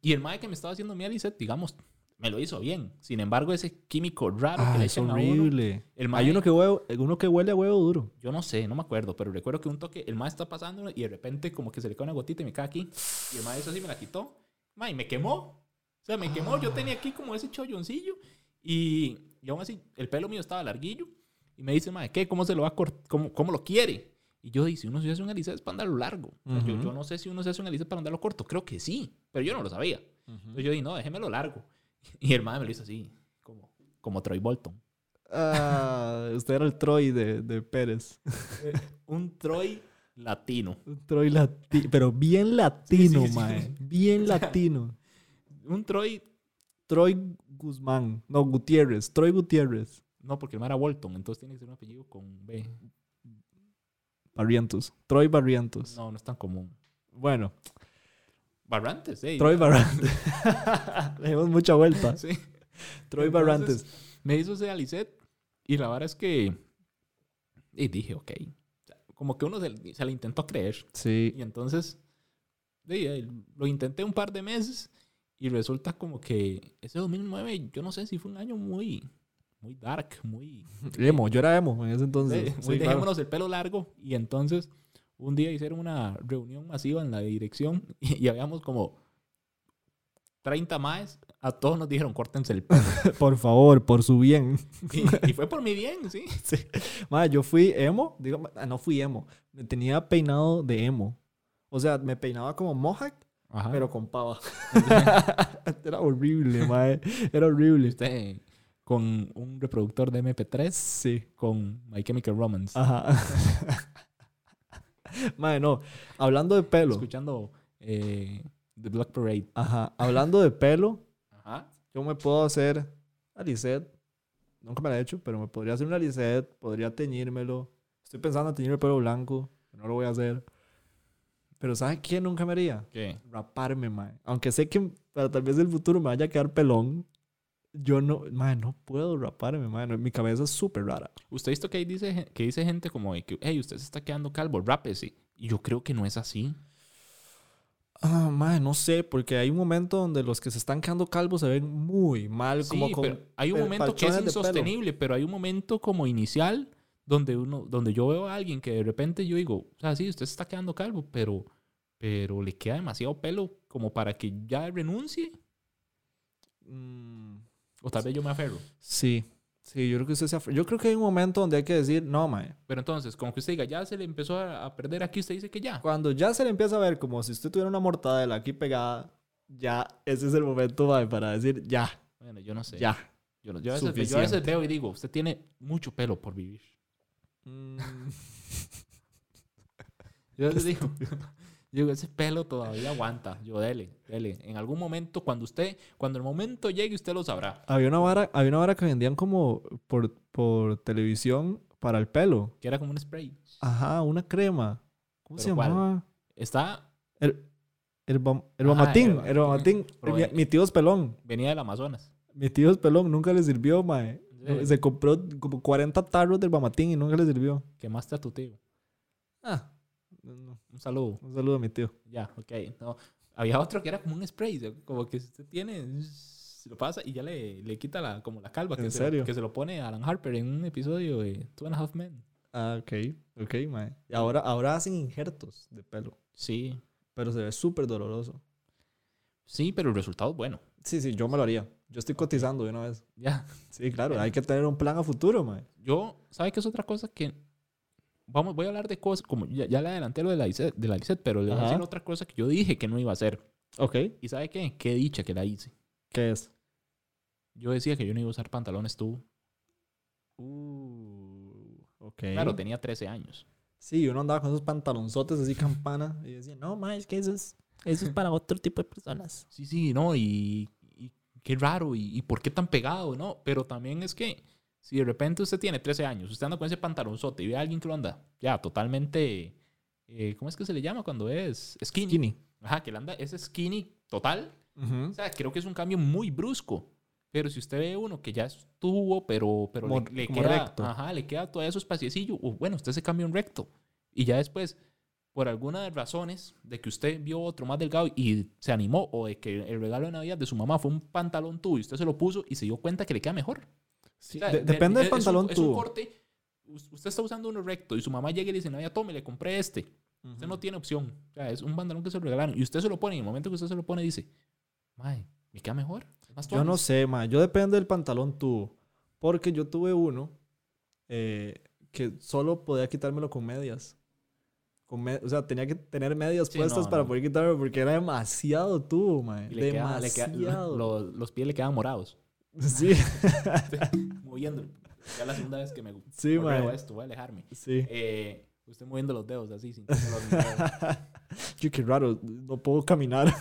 Speaker 2: Y el mae que me estaba haciendo mi alicet, digamos, me lo hizo bien. Sin embargo, ese químico raro que
Speaker 1: Ah,
Speaker 2: le
Speaker 1: es
Speaker 2: echan a uno,
Speaker 1: horrible.
Speaker 2: el mae,
Speaker 1: Hay uno que, huevo, uno que huele a huevo duro.
Speaker 2: yo no sé, no me acuerdo, pero recuerdo que un toque, el mae está pasando y de repente como que se le cae una gotita y me cae aquí. Y el mae eso así me la quitó. Mae, me quemó. O sea, me quemó. Yo tenía aquí como ese cholloncillo. Y, y aún así, el pelo mío estaba larguillo. Y me dice, madre, ¿qué? ¿Cómo se lo va a cortar? ¿Cómo, cómo lo quiere? Y yo dije, si uno se hace un alisado es para andarlo largo. O sea, yo,
Speaker 1: Ujú.
Speaker 2: yo no sé si uno se hace un alisado para andarlo corto. Creo que sí. Pero yo no lo sabía. Entonces yo dije, no, déjemelo largo. Y el madre me lo hizo así, como, como Troy Bolton.
Speaker 1: Ah, usted era el Troy de, de Pérez.
Speaker 2: Un Troy latino.
Speaker 1: Un Troy latino. Pero bien latino,
Speaker 2: Sí, sí, sí,
Speaker 1: mae.
Speaker 2: sí.
Speaker 1: Bien latino.
Speaker 2: Un Troy,
Speaker 1: Troy Guzmán. No, Gutiérrez. Troy Gutiérrez.
Speaker 2: no, porque el madre era Bolton. Entonces tiene que ser un apellido con B.
Speaker 1: Ah, Barrientos. Troy Barrientos.
Speaker 2: No, no es tan común.
Speaker 1: Bueno,
Speaker 2: Barrantes, eh.
Speaker 1: Troy Barrantes. Le dimos mucha vuelta.
Speaker 2: Sí.
Speaker 1: Troy
Speaker 2: Entonces,
Speaker 1: Barrantes.
Speaker 2: Me hizo ese alicet y la verdad es que... Y dije, ok. O sea, Como que uno se, se le intentó creer.
Speaker 1: Sí.
Speaker 2: Y entonces sí, eh, lo intenté un par de meses y resulta como que ese 2009, yo no sé si fue un año muy, muy dark, muy...
Speaker 1: Emo. Yo era emo en ese entonces.
Speaker 2: eh,
Speaker 1: Sí,
Speaker 2: muy
Speaker 1: claro.
Speaker 2: dejémonos el pelo largo. Y entonces un día hicieron una reunión masiva en la dirección y, y habíamos como 30 más. A todos nos dijeron, córtense el pelo.
Speaker 1: Por favor, por su bien.
Speaker 2: y, y fue por mi bien, sí.
Speaker 1: Mae, yo fui emo, digo, ma- ah, no fui emo, me tenía peinado de emo. O sea, me peinaba como mohawk,
Speaker 2: Ah.
Speaker 1: pero con pava. era horrible, mae, era horrible.
Speaker 2: Usted este, con un reproductor de MP3
Speaker 1: Sí,
Speaker 2: con My Chemical Romance.
Speaker 1: ajá. mae, no, hablando de pelo,
Speaker 2: escuchando eh, The Black Parade.
Speaker 1: ajá, hablando de pelo,
Speaker 2: Ajá.
Speaker 1: yo me puedo hacer alicet. Nunca me la he hecho, pero me podría hacer un alicet, podría teñírmelo. Estoy pensando en teñirme el pelo blanco, no lo voy a hacer. Pero ¿sabe qué nunca me haría?
Speaker 2: ¿Qué?
Speaker 1: raparme, mae. Aunque sé que para tal vez el futuro me vaya a quedar pelón, yo no, mae, no puedo raparme, mae. No, mi cabeza es súper rara.
Speaker 2: Usted ha visto que ahí dice, gen- que dice gente como de que, hey, usted se está quedando calvo, rápese. Y yo creo que no es así.
Speaker 1: Ah, mae, no sé, porque hay un momento donde los que se están quedando calvos se ven muy mal,
Speaker 2: Sí,
Speaker 1: como con
Speaker 2: pero hay un
Speaker 1: pe-
Speaker 2: momento que es
Speaker 1: palchones de pelo.
Speaker 2: insostenible, pero hay un momento como inicial donde uno, donde yo veo a alguien que de repente yo digo, o sea, sí, usted se está quedando calvo, pero, pero le queda demasiado pelo como para que ya renuncie.
Speaker 1: Mm,
Speaker 2: O tal vez yo me aferro.
Speaker 1: sí, sí, yo creo que usted se afro- Yo creo que hay un momento donde hay que decir, no, mae.
Speaker 2: Pero entonces, como que usted diga, ya se le empezó a a perder aquí, usted dice que ya.
Speaker 1: Cuando ya se le empieza a ver como si usted tuviera una mortadela aquí pegada, ya ese es el momento, mae, para decir, ya,
Speaker 2: Bueno, yo no sé.
Speaker 1: ya.
Speaker 2: Yo, no- yo a veces, yo a veces
Speaker 1: Suficiente.
Speaker 2: veo y digo, usted tiene mucho pelo por vivir.
Speaker 1: Mm.
Speaker 2: Yo a veces digo, digo, ese pelo todavía aguanta. Yo, dele, dele. En algún momento, cuando usted, cuando el momento llegue, usted lo sabrá.
Speaker 1: Había una vara, había una vara que vendían como por, por televisión para el pelo.
Speaker 2: Que era como un spray.
Speaker 1: Ajá, una crema. ¿Cómo se
Speaker 2: ¿Pero cuál?
Speaker 1: llamaba?
Speaker 2: Está,
Speaker 1: El, herbam-
Speaker 2: Ah,
Speaker 1: herbamatín.
Speaker 2: herba-
Speaker 1: herbamatín.
Speaker 2: Pero,
Speaker 1: Mi,
Speaker 2: eh,
Speaker 1: mi tío es pelón.
Speaker 2: venía del Amazonas.
Speaker 1: Mi tío es pelón. Nunca le sirvió, mae.
Speaker 2: Sí.
Speaker 1: Se compró como 40 tarros de herbamatín y nunca le sirvió.
Speaker 2: Quemaste a tu tío.
Speaker 1: Ah. no, no.
Speaker 2: Un saludo.
Speaker 1: Un saludo a mi tío.
Speaker 2: Ya, ok. No. Había otro que era como un spray. de- Como que usted tiene, se lo pasa y ya le, le quita la, como la calva. Que
Speaker 1: ¿En
Speaker 2: se lo-
Speaker 1: serio?
Speaker 2: que se lo pone Alan Harper en un episodio de Two and a Half Men.
Speaker 1: Ah, ok. Ok, mae. Y ahora, ahora hacen injertos de pelo.
Speaker 2: Sí.
Speaker 1: Pero se ve súper doloroso.
Speaker 2: Sí, pero el resultado es bueno.
Speaker 1: Sí, sí, yo me lo haría. Yo estoy cotizando de una vez.
Speaker 2: Ya.
Speaker 1: Sí, claro. Hay que tener un plan a futuro, mae.
Speaker 2: Yo, ¿sabes qué es otra cosa que... Vamos, voy a hablar de cosas, como ya, ya le adelanté lo de la ISET, de la ISET, pero le voy a
Speaker 1: Ajá.
Speaker 2: decir otra cosa que yo dije que no iba a hacer.
Speaker 1: Ok.
Speaker 2: ¿Y sabe qué? Qué dicha que la hice.
Speaker 1: ¿Qué es?
Speaker 2: Yo decía que yo no iba a usar pantalones tú.
Speaker 1: Uh, ok.
Speaker 2: Claro, tenía 13 años.
Speaker 1: Sí, uno andaba con esos pantalonzotes así campana y decía, no, ma, es que eso es, eso es para otro tipo de personas.
Speaker 2: Sí, sí, no, y, y qué raro, y, y por qué tan pegado, ¿no? Pero también es que si de repente usted tiene 13 años, usted anda con ese pantalonzote y ve a alguien que lo anda ya totalmente... eh, ¿Cómo es que se le llama cuando es skinny?
Speaker 1: Skinny.
Speaker 2: Ajá, que le anda ese skinny total. O sea, creo que es un cambio muy brusco. Pero si usted ve uno que ya estuvo, pero, pero
Speaker 1: Como-
Speaker 2: le, le
Speaker 1: como
Speaker 2: queda,
Speaker 1: recto.
Speaker 2: Ajá, le queda todo eso espaciecillo. o bueno, usted se cambia un recto. Y ya después, por alguna de las razones de que usted vio otro más delgado y se animó, o de que el regalo de Navidad de su mamá fue un pantalón tubo y usted se lo puso y se dio cuenta que le queda mejor. O sea,
Speaker 1: de-
Speaker 2: de-
Speaker 1: depende del
Speaker 2: es un-
Speaker 1: pantalón
Speaker 2: es un
Speaker 1: tubo.
Speaker 2: corte. us- Usted está usando uno recto y su mamá llega y le dice, Navidad, tome, le compré este. Usted no tiene opción. O sea, es un pantalón que se lo regalaron. Y usted se lo pone. Y en el momento que usted se lo pone, dice, Mae, me queda mejor. es más
Speaker 1: Yo no
Speaker 2: tuanis.
Speaker 1: sé, ma. Yo depende del pantalón tubo. Porque yo tuve uno eh, que solo podía quitármelo con medias. Con me- o sea, tenía que tener medias
Speaker 2: Sí,
Speaker 1: puestas
Speaker 2: no,
Speaker 1: para
Speaker 2: no.
Speaker 1: poder quitarme porque era demasiado tubo, ma.
Speaker 2: Y le queda- le queda-
Speaker 1: demasiado.
Speaker 2: lo- los pies le quedaban morados.
Speaker 1: Sí,
Speaker 2: Moviendo. Ya la segunda vez que me
Speaker 1: Sí,
Speaker 2: correo
Speaker 1: mae.
Speaker 2: esto, voy a alejarme.
Speaker 1: sí.
Speaker 2: Eh, usted moviendo los dedos así, sin tener los dedos.
Speaker 1: Yo, qué raro, no puedo caminar.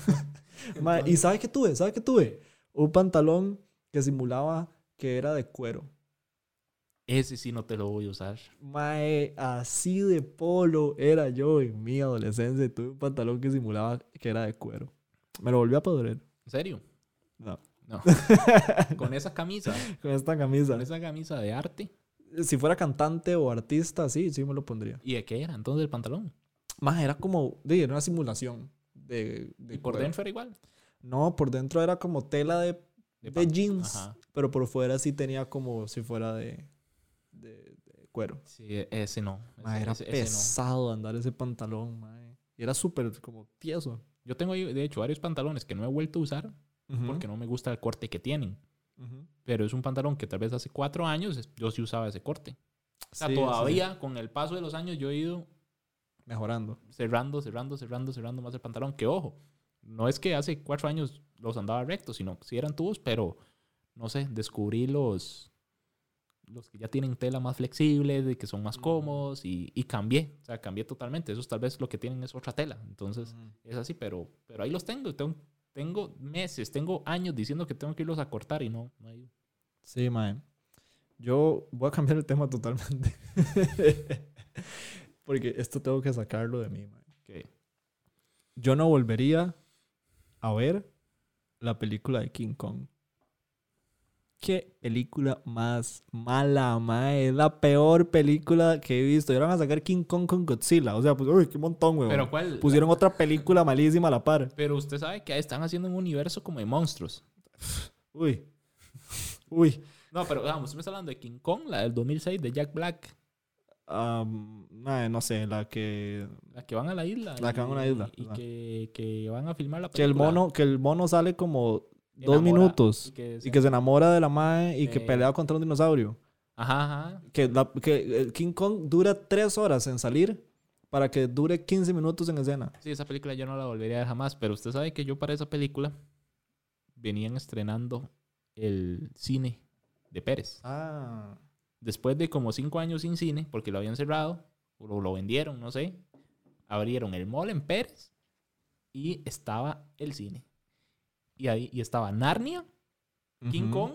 Speaker 1: Ma, ¿Y sabes qué tuve? ¿Sabes qué tuve? Un pantalón que simulaba que era de cuero.
Speaker 2: Ese sí no te lo voy a usar.
Speaker 1: Mae, así de polo era yo en mi adolescencia. y Tuve un pantalón que simulaba que era de cuero. Me lo volví a podrer.
Speaker 2: ¿En serio?
Speaker 1: No.
Speaker 2: No. Con esa camisa,
Speaker 1: Con esta camisa.
Speaker 2: con esa camisa de arte.
Speaker 1: Si fuera cantante o artista, sí, sí me lo pondría.
Speaker 2: ¿Y de qué era entonces el pantalón?
Speaker 1: Mae, era como. di, era una simulación de. de
Speaker 2: ¿Y por
Speaker 1: cuero.
Speaker 2: dentro era igual?
Speaker 1: No, por dentro era como tela de, de
Speaker 2: pan-
Speaker 1: jeans.
Speaker 2: Ajá.
Speaker 1: Pero por fuera sí tenía como si fuera de. de, de cuero.
Speaker 2: Sí, ese no. Ese-
Speaker 1: Mae, era
Speaker 2: ese- ese no.
Speaker 1: pesado andar ese pantalón, mae. Y era súper como tieso.
Speaker 2: Yo tengo, ahí, de hecho, varios pantalones que no he vuelto a usar
Speaker 1: Ujú,
Speaker 2: porque no me gusta el corte que tienen.
Speaker 1: ujú.
Speaker 2: Pero es un pantalón que tal vez hace cuatro años es- yo sí usaba ese corte. O sea,
Speaker 1: Sí, sí, sí.
Speaker 2: todavía con el paso de los años yo he ido
Speaker 1: Mejorando.
Speaker 2: cerrando, cerrando, cerrando, cerrando más el pantalón. Que ojo, no es que hace cuatro años los andaba rectos, sino que sí eran tubos, pero no sé, descubrí los, los que ya tienen tela más flexible, de que son más
Speaker 1: Ujú.
Speaker 2: cómodos y, y cambié, o sea, cambié totalmente. Esos tal vez lo que tienen es otra tela, entonces
Speaker 1: Ujú.
Speaker 2: es así, pero, pero ahí los tengo. tengo. Tengo meses, tengo años diciendo que tengo que irlos a cortar y no, no hay.
Speaker 1: Sí, mae. Yo voy a cambiar el tema totalmente. Porque esto tengo que sacarlo de mí, mae.
Speaker 2: ¿Qué?
Speaker 1: Yo no volvería a ver la película de King Kong. Qué película más mala, mae. Es la peor película que he visto. Y ahora van a sacar King Kong con Godzilla. O sea, pues, uy, qué montón, weón.
Speaker 2: Pero cuál.
Speaker 1: Pusieron otra película malísima a la par.
Speaker 2: Pero usted sabe que están haciendo un universo como de monstruos.
Speaker 1: Uy. Uy.
Speaker 2: No, pero vamos, me está hablando de King Kong, la del 2006 de Jack Black,
Speaker 1: Am, mae, no sé, la que
Speaker 2: la que van a la isla.
Speaker 1: La
Speaker 2: y-
Speaker 1: que van a una isla,
Speaker 2: Y
Speaker 1: ajá.
Speaker 2: que, que van a filmar la
Speaker 1: Que el
Speaker 2: película.
Speaker 1: mono, que el mono sale como dos
Speaker 2: Enamora,
Speaker 1: minutos.
Speaker 2: y que
Speaker 1: Y
Speaker 2: se-
Speaker 1: que se enamora de la mae y que
Speaker 2: Sí.
Speaker 1: pelea contra un dinosaurio.
Speaker 2: Ajá, ajá.
Speaker 1: Que, la- que el King Kong dura tres horas en salir para que dure 15 minutos en escena.
Speaker 2: Sí, esa película yo no la volvería a ver jamás, pero usted sabe que yo para esa película venían estrenando el cine de Pérez.
Speaker 1: Ah.
Speaker 2: Después de como cinco años sin cine, porque lo habían cerrado, o lo, lo vendieron, no sé, abrieron el mall en Pérez y estaba el cine. Y ahí y estaba Narnia, King Kong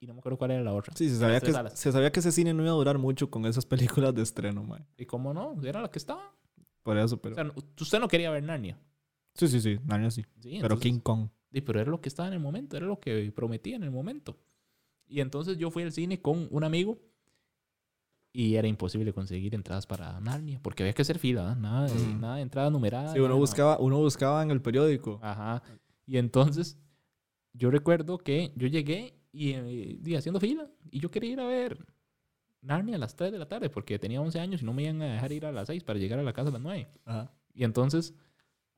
Speaker 2: y no me acuerdo cuál era la otra.
Speaker 1: Sí, se sabía,
Speaker 2: Las
Speaker 1: que,
Speaker 2: tres alas.
Speaker 1: se sabía que ese cine no iba a durar mucho con esas películas de estreno, mae.
Speaker 2: ¿Y cómo no? Era la que estaba.
Speaker 1: Por eso,
Speaker 2: O
Speaker 1: pero.
Speaker 2: sea, no- usted no quería ver Narnia.
Speaker 1: sí, sí, sí. Narnia sí.
Speaker 2: Sí,
Speaker 1: pero
Speaker 2: entonces-
Speaker 1: King Kong.
Speaker 2: Sí, pero era lo que estaba en el momento, era lo que prometía en el momento. Y entonces yo fui al cine con un amigo y era imposible conseguir entradas para Narnia porque había que hacer fila, ¿verdad? nada, de-
Speaker 1: Ujú.
Speaker 2: nada de entrada numerada.
Speaker 1: Sí, uno
Speaker 2: nada,
Speaker 1: buscaba, uno buscaba en el periódico.
Speaker 2: Ajá. Y entonces, yo recuerdo que yo llegué y, eh, y haciendo fila. Y yo quería ir a ver Narnia a las 3 de la tarde porque tenía 11 años y no me iban a dejar ir a las 6 para llegar a la casa a las 9.
Speaker 1: Ajá.
Speaker 2: Y entonces,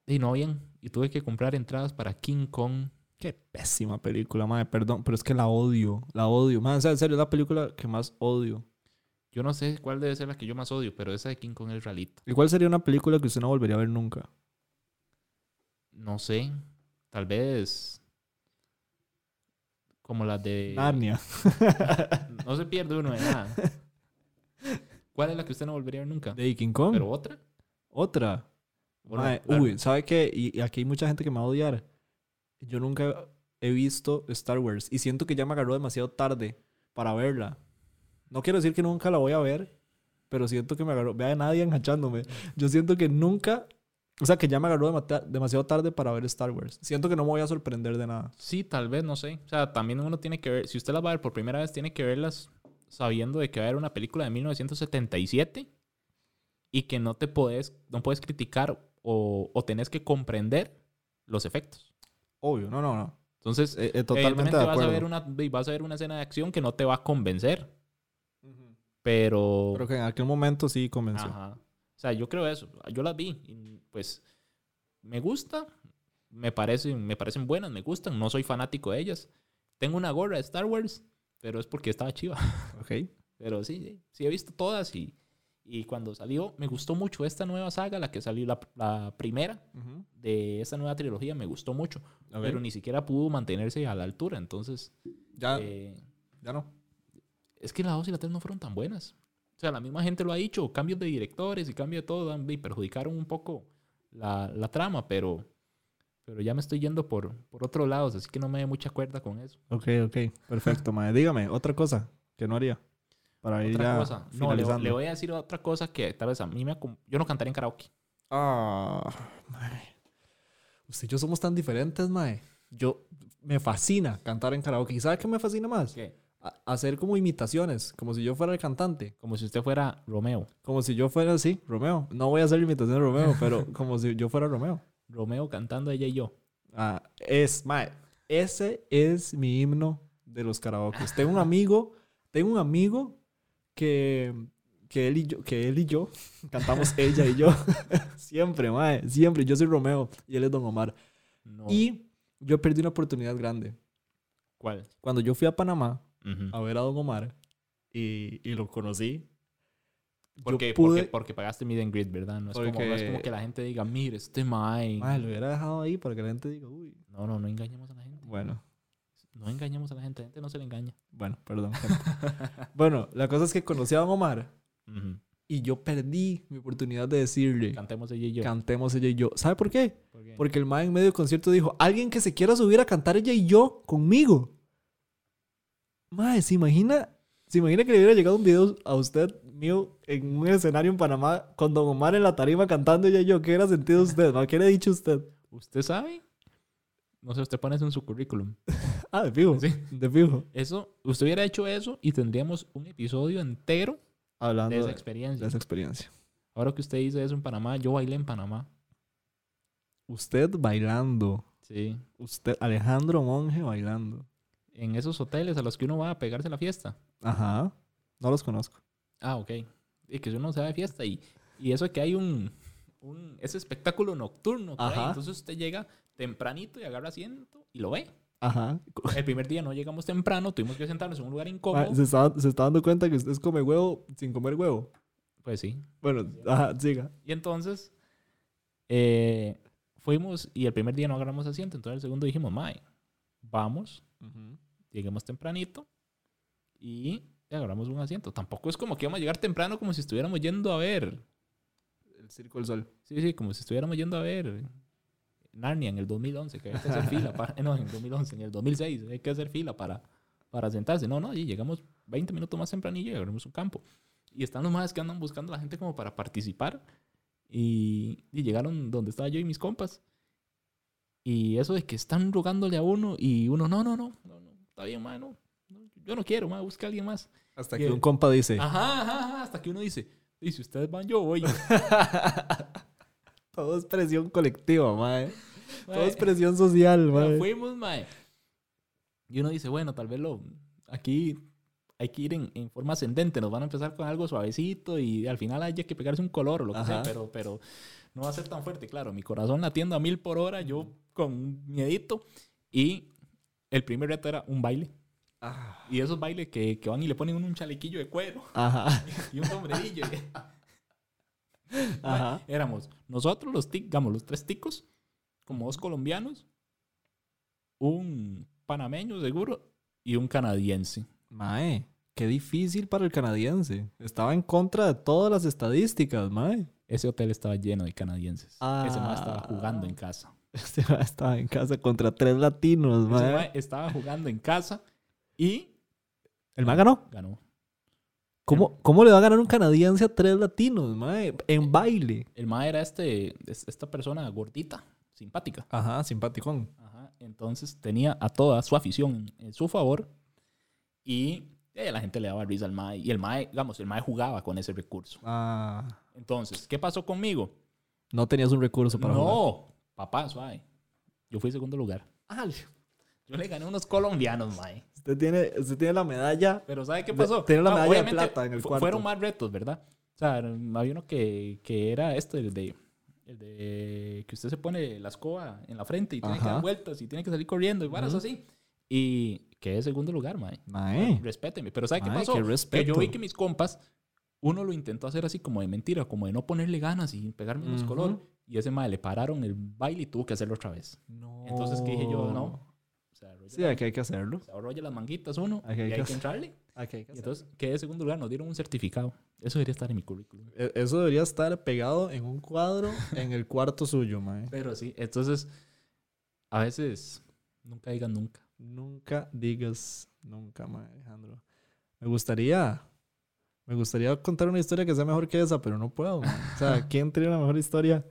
Speaker 2: y no habían. Y tuve que comprar entradas para King Kong.
Speaker 1: Qué pésima película, mae. Perdón, pero es que la odio. La odio. Mae, o sea, en serio, es la película que más odio.
Speaker 2: Yo no sé cuál debe ser la que yo más odio, pero esa de King Kong es realita.
Speaker 1: ¿Y cuál sería una película que usted no volvería a ver nunca?
Speaker 2: No sé. Tal vez. Como la de.
Speaker 1: Narnia.
Speaker 2: No se pierde uno de nada. ¿Cuál es la que usted no volvería a ver nunca?
Speaker 1: De King Kong.
Speaker 2: ¿Pero otra?
Speaker 1: Otra.
Speaker 2: Bueno,
Speaker 1: Mae,
Speaker 2: claro.
Speaker 1: Uy, ¿sabe qué? Y, y aquí hay mucha gente que me va a odiar. Yo nunca he visto Star Wars y siento que ya me agarró demasiado tarde para verla. No quiero decir que nunca la voy a ver, pero siento que me agarró. Vea, nadie enganchándome. Yo siento que nunca. O sea, que ya me agarró demata- demasiado tarde para ver Star Wars. Siento que no me voy a sorprender de nada.
Speaker 2: Sí, tal vez, no sé. O sea, también uno tiene que ver, si usted las va a ver por primera vez, tiene que verlas sabiendo de que va a haber una película de 1977 y que no te podés, no puedes criticar o, o tenés que comprender los efectos.
Speaker 1: Obvio, no, no, no.
Speaker 2: Entonces,
Speaker 1: Eh, eh,
Speaker 2: totalmente
Speaker 1: totalmente de
Speaker 2: vas a
Speaker 1: acuerdo.
Speaker 2: ver una y vas a ver una escena de acción que no te va a convencer, pero
Speaker 1: Pero que en aquel momento sí convenció.
Speaker 2: Ajá. O sea, yo creo eso. Yo las vi y pues me gusta, me parecen, me parecen buenas, me gustan, no soy fanático de ellas. Tengo una gorra de Star Wars, pero es porque estaba chiva.
Speaker 1: Ok.
Speaker 2: Pero sí, sí, sí he visto todas y, y cuando salió, me gustó mucho esta nueva saga, la que salió, la, la primera
Speaker 1: Ujú.
Speaker 2: de esta nueva trilogía, me gustó mucho,
Speaker 1: Ok.
Speaker 2: pero ni siquiera pudo mantenerse a la altura, entonces...
Speaker 1: Ya,
Speaker 2: eh,
Speaker 1: ya no.
Speaker 2: es que la 2 y la 3 no fueron tan buenas. O sea, la misma gente lo ha dicho, cambios de directores y cambio de todo, dan- y perjudicaron un poco la, la trama, pero, pero ya me estoy yendo por, por otro lado, así que no me dé mucha cuerda con eso.
Speaker 1: Ok, ok. Perfecto, mae. Dígame, otra cosa que no haría. Para ir
Speaker 2: Otra
Speaker 1: ya
Speaker 2: cosa, no, le,
Speaker 1: finalizando.
Speaker 2: le voy a decir otra cosa que tal vez a mí me... acom- Yo no cantaría en karaoke.
Speaker 1: Ah, mae. Usted y yo somos tan diferentes, mae. Yo me fascina cantar en karaoke. ¿Y sabe qué me fascina más?
Speaker 2: ¿Qué?
Speaker 1: A- hacer como imitaciones, como si yo fuera el cantante.
Speaker 2: Como si usted fuera Romeo.
Speaker 1: Como si yo fuera, sí, Romeo. No voy a hacer imitación de Romeo, pero como si yo fuera Romeo.
Speaker 2: Romeo cantando ella y yo.
Speaker 1: Ah, es, mae, ese es mi himno de los karaokes. Tengo un amigo, tengo un amigo que, que, él, y yo, que él y yo cantamos ella y yo. siempre, mae, siempre. Yo soy Romeo y él es Don Omar.
Speaker 2: No.
Speaker 1: Y yo perdí una oportunidad grande.
Speaker 2: ¿Cuál?
Speaker 1: Cuando yo fui a Panamá
Speaker 2: Ujú.
Speaker 1: a ver a Don Omar y, y lo conocí, yo
Speaker 2: Porque,
Speaker 1: pude-
Speaker 2: porque, porque pagaste Meet and Greet, ¿verdad? No es, como, no es
Speaker 1: Porque-
Speaker 2: como que la gente diga, mire, este mae.
Speaker 1: mae, lo hubiera dejado ahí para que la gente diga, uy,
Speaker 2: No, no, no engañemos a la gente.
Speaker 1: bueno.
Speaker 2: No engañemos a la gente, la gente no se le engaña.
Speaker 1: Bueno, perdón. gente. bueno, la cosa es que conocí a Don Omar y yo perdí mi oportunidad de decirle,
Speaker 2: Cantemos ella y yo.
Speaker 1: cantemos ella y yo. ¿Sabe por qué?
Speaker 2: ¿Por qué?
Speaker 1: Porque el man en medio del concierto dijo, alguien que se quiera subir a cantar ella y yo conmigo. Mae, ¿se imagina? ¿Se imagina que le hubiera llegado un video a usted mío en un escenario en Panamá con Don Omar en la tarima cantando ella y yo? ¿Qué hubiera sentido usted? mae? ¿Qué le ha dicho usted?
Speaker 2: ¿Usted sabe? No sé, usted pone eso en su currículum.
Speaker 1: Ah, de fijo.
Speaker 2: Sí.
Speaker 1: De fijo.
Speaker 2: Eso, usted hubiera hecho eso y tendríamos un episodio entero
Speaker 1: Hablando
Speaker 2: de esa
Speaker 1: de, de
Speaker 2: experiencia.
Speaker 1: esa experiencia.
Speaker 2: Ahora que usted dice eso en Panamá, yo bailé en Panamá.
Speaker 1: Usted bailando.
Speaker 2: Sí.
Speaker 1: Usted, Alejandro Monge bailando.
Speaker 2: En esos hoteles a los que uno va a pegarse la fiesta.
Speaker 1: Ajá. No los conozco.
Speaker 2: Ah, ok. Y que uno se va de fiesta y, y eso que hay un, un ese espectáculo nocturno. por ahí.
Speaker 1: Ajá.
Speaker 2: Entonces usted llega tempranito y agarra asiento y lo ve.
Speaker 1: Ajá.
Speaker 2: El primer día no llegamos temprano, tuvimos que sentarnos en un lugar
Speaker 1: Ma,
Speaker 2: incómodo.
Speaker 1: Ah, se, está, se está dando cuenta que usted come huevo sin comer huevo.
Speaker 2: Pues sí.
Speaker 1: Bueno, ajá, siga.
Speaker 2: Y entonces eh, fuimos y el primer día no agarramos asiento. Entonces el segundo dijimos, Mae, vamos, lleguemos tempranito y agarramos un asiento. Tampoco es como que vamos a llegar temprano como si estuviéramos yendo a ver.
Speaker 1: El Circo del Sol.
Speaker 2: Sí, sí, como si estuviéramos yendo a ver Narnia en el 2011, que hay que hacer fila para. No, en el 2011, en el 2006, hay que hacer fila para, para sentarse. No, no, y llegamos 20 minutos más tempranillo y agarramos un campo. Y están los más que andan buscando a la gente como para participar. Y, y llegaron donde estaba yo y mis compas. Y eso de que están rogándole a uno y uno, no, no, no, no, no, está bien, mano. yo no quiero, ma, busca a alguien más.
Speaker 1: Hasta
Speaker 2: que
Speaker 1: que
Speaker 2: el-
Speaker 1: un compa dice,
Speaker 2: Ajá, ajá, ajá, hasta que uno dice, y si ustedes van, yo voy.
Speaker 1: todo es presión colectiva, mae. Todo es
Speaker 2: Mae.
Speaker 1: presión social,
Speaker 2: Pero
Speaker 1: mae.
Speaker 2: fuimos, mae. Y uno dice, bueno, tal vez lo. Aquí hay que ir en, en forma ascendente. Nos van a empezar con algo suavecito y al final hay que pegarse un color o lo que sea,
Speaker 1: Ajá.
Speaker 2: pero, pero no va a ser tan fuerte. Claro, mi corazón latiendo a mil por hora, yo con miedito. Y el primer reto era un baile.
Speaker 1: Ah,
Speaker 2: Y esos bailes que, que van y le ponen un chalequillo de cuero
Speaker 1: Ajá,
Speaker 2: y un sombrerillo.
Speaker 1: ajá.
Speaker 2: Éramos nosotros los tic, digamos, los tres ticos, como dos colombianos, un panameño seguro y un canadiense.
Speaker 1: Mae, qué difícil para el canadiense. Estaba en contra de todas las estadísticas, mae.
Speaker 2: Ese hotel estaba lleno de canadienses. Ese mae estaba
Speaker 1: Ah.
Speaker 2: jugando en casa.
Speaker 1: Este mae estaba en casa contra tres latinos,
Speaker 2: Ese
Speaker 1: mae.
Speaker 2: mae estaba jugando en casa y
Speaker 1: El mae ganó.
Speaker 2: ganó.
Speaker 1: ¿Cómo, ¿Cómo le va a ganar un canadiense a tres latinos, mae? En baile.
Speaker 2: El mae era este, es- esta persona gordita, simpática.
Speaker 1: Ajá, simpaticón.
Speaker 2: Ajá, Entonces tenía a toda su afición en su favor y eh, la gente le daba risa al mae. Y el mae, digamos, el mae jugaba con ese recurso.
Speaker 1: Ah,
Speaker 2: Entonces, ¿qué pasó conmigo?
Speaker 1: no tenías un recurso para jugar.
Speaker 2: No, papá, suave. Yo fui segundo lugar. Yo le gané a unos colombianos, mae.
Speaker 1: Usted tiene, usted tiene la medalla.
Speaker 2: Pero ¿sabe qué
Speaker 1: Le-
Speaker 2: pasó?
Speaker 1: tiene la medalla de
Speaker 2: obviamente,
Speaker 1: plata en el
Speaker 2: fu-
Speaker 1: cuarto.
Speaker 2: Fueron más retos, ¿verdad? O sea, había uno que, que era este, el de, el El de que usted se pone la escoba en la frente y tiene que
Speaker 1: Ajá.
Speaker 2: dar vueltas y tiene que salir corriendo y varas
Speaker 3: Ujú.
Speaker 2: así. Y quedé segundo lugar, mae.
Speaker 1: Mae.
Speaker 2: Respéteme. Pero ¿sabe qué
Speaker 1: Mae,
Speaker 2: pasó?
Speaker 1: qué
Speaker 2: que yo
Speaker 1: respeto.
Speaker 2: vi que mis compas, uno lo intentó hacer así como de mentira, como de no ponerle ganas y pegarme los
Speaker 1: Ujú.
Speaker 2: color. Y ese mae le pararon el baile y tuvo que hacerlo otra vez.
Speaker 1: No.
Speaker 2: Entonces, ¿qué dije yo? No. O sea, arrolla
Speaker 1: Sí,
Speaker 2: la-
Speaker 1: aquí hay que hacerlo.
Speaker 2: se arrolla las manguitas uno
Speaker 1: Aquí hay
Speaker 2: y
Speaker 1: que
Speaker 2: hay que
Speaker 1: hacer-
Speaker 2: entrarle.
Speaker 1: Aquí hay que
Speaker 2: Y entonces quedé en segundo lugar, nos dieron un certificado. Eso debería estar en mi currículum.
Speaker 1: E- Eso debería estar pegado en un cuadro en el cuarto suyo, mae.
Speaker 2: Pero sí, entonces, a veces, nunca digan nunca.
Speaker 1: Nunca digas nunca, mae, Alejandro. Me gustaría. Me gustaría contar una historia que sea mejor que esa, pero no puedo. mae. O sea, ¿quién tiene una mejor historia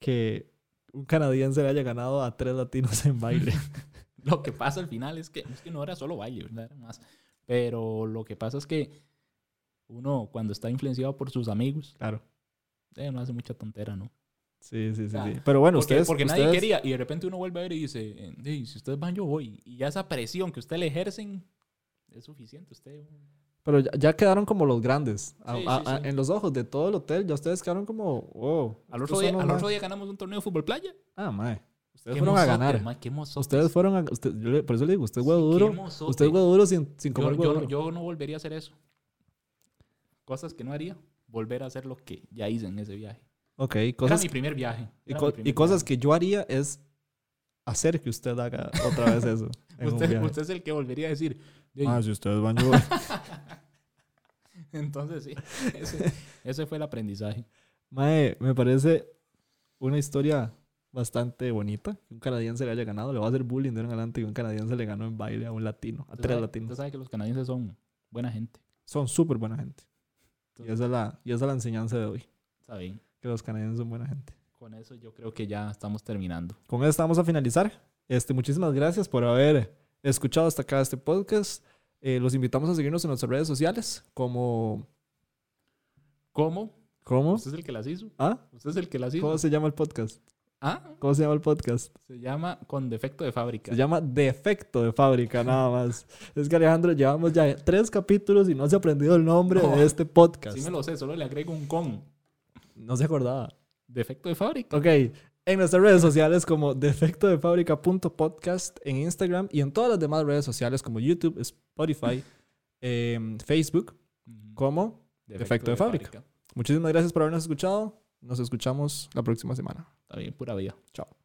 Speaker 1: que un canadiense le haya ganado a tres latinos en baile?
Speaker 2: Lo que pasa al final es que, es que no era solo baile, ¿verdad? Era más. Pero lo que pasa es que uno, cuando está influenciado por sus amigos,
Speaker 1: Claro.
Speaker 2: eh, no hace mucha tontera, ¿no?
Speaker 1: Sí, sí, sí.
Speaker 2: Ah,
Speaker 1: sí. Pero bueno,
Speaker 2: porque
Speaker 1: ustedes.
Speaker 2: porque nadie
Speaker 1: ustedes-
Speaker 2: quería. Y de repente uno vuelve a ver y dice, eh, "Ey, si ustedes van, yo voy. Y ya esa presión que usted le ejercen es suficiente. Usted.
Speaker 1: Pero ya, ya quedaron como los grandes. A-
Speaker 2: Sí,
Speaker 1: a-
Speaker 2: sí,
Speaker 1: a-
Speaker 2: sí.
Speaker 1: En los ojos de todo el hotel, ya ustedes quedaron como. Wow.
Speaker 2: Al
Speaker 1: estos
Speaker 2: otro,
Speaker 1: son
Speaker 2: día,
Speaker 1: los
Speaker 2: al
Speaker 1: más-
Speaker 2: otro día ganamos un torneo de fútbol playa.
Speaker 1: Ah, mae. Ustedes
Speaker 2: Qué
Speaker 1: fueron a
Speaker 2: mozotes,
Speaker 1: ganar.
Speaker 2: mae, qué mozotes.
Speaker 1: Ustedes fueron a. usted- yo le- por eso le digo, usted es huevo
Speaker 2: Sí, qué
Speaker 1: duro.
Speaker 2: mozote.
Speaker 1: Usted es huevo duro sin, sin
Speaker 2: yo,
Speaker 1: comer
Speaker 2: yo
Speaker 1: huevo
Speaker 2: no,
Speaker 1: duro.
Speaker 2: yo no volvería a hacer eso. Cosas que no haría. Volver a hacer lo que ya hice en ese viaje.
Speaker 1: Ok,
Speaker 2: era
Speaker 1: cosas,
Speaker 2: mi primer viaje.
Speaker 1: y, co- y cosas que yo haría es hacer que usted haga otra vez eso. en un
Speaker 2: Usted,
Speaker 1: viaje.
Speaker 2: usted es el que volvería a decir. "Ey".
Speaker 1: Ah, si ustedes van, yo voy.
Speaker 2: Entonces, sí. Ese, ese fue el aprendizaje.
Speaker 1: Mae, me parece una historia bastante bonita. Que un canadiense le haya ganado. Le va a hacer bullying de ahora en adelante y un canadiense le ganó en baile a un latino. A
Speaker 2: Usted
Speaker 1: tres
Speaker 2: sabe-
Speaker 1: latinos.
Speaker 2: Usted sabe que los canadienses son buena gente.
Speaker 1: Son súper buena gente. Y
Speaker 2: Entonces-
Speaker 1: esa, es la, y esa es la enseñanza de hoy.
Speaker 2: Está bien.
Speaker 1: Que los canadienses son buena gente.
Speaker 2: Con eso yo creo que ya estamos terminando.
Speaker 1: con eso estamos a finalizar. Este, muchísimas gracias por haber escuchado hasta acá este podcast. Eh, los invitamos a seguirnos en nuestras redes sociales como...
Speaker 2: ¿Cómo?
Speaker 1: ¿Cómo?
Speaker 2: Usted es el que las hizo.
Speaker 1: ¿Ah?
Speaker 2: Usted es el que las hizo.
Speaker 1: ¿Cómo se llama el podcast?
Speaker 2: Ah,
Speaker 1: ¿Cómo se llama el podcast?
Speaker 2: se llama Con Defecto de Fábrica.
Speaker 1: Se llama Defecto de Fábrica, nada más. Es que Alejandro, llevamos ya tres capítulos y no se ha aprendido el nombre
Speaker 2: No.
Speaker 1: de este podcast.
Speaker 2: Sí me lo sé, solo le agrego un con.
Speaker 1: No se acordaba.
Speaker 2: Defecto de Fábrica.
Speaker 1: Ok, en nuestras redes sociales como defecto de fábrica.podcast en Instagram y en todas las demás redes sociales como YouTube, Spotify, em, Facebook, como Defecto de fábrica. Muchísimas gracias por habernos escuchado. Nos escuchamos la próxima semana.
Speaker 2: Está bien, pura vida.
Speaker 1: Chao.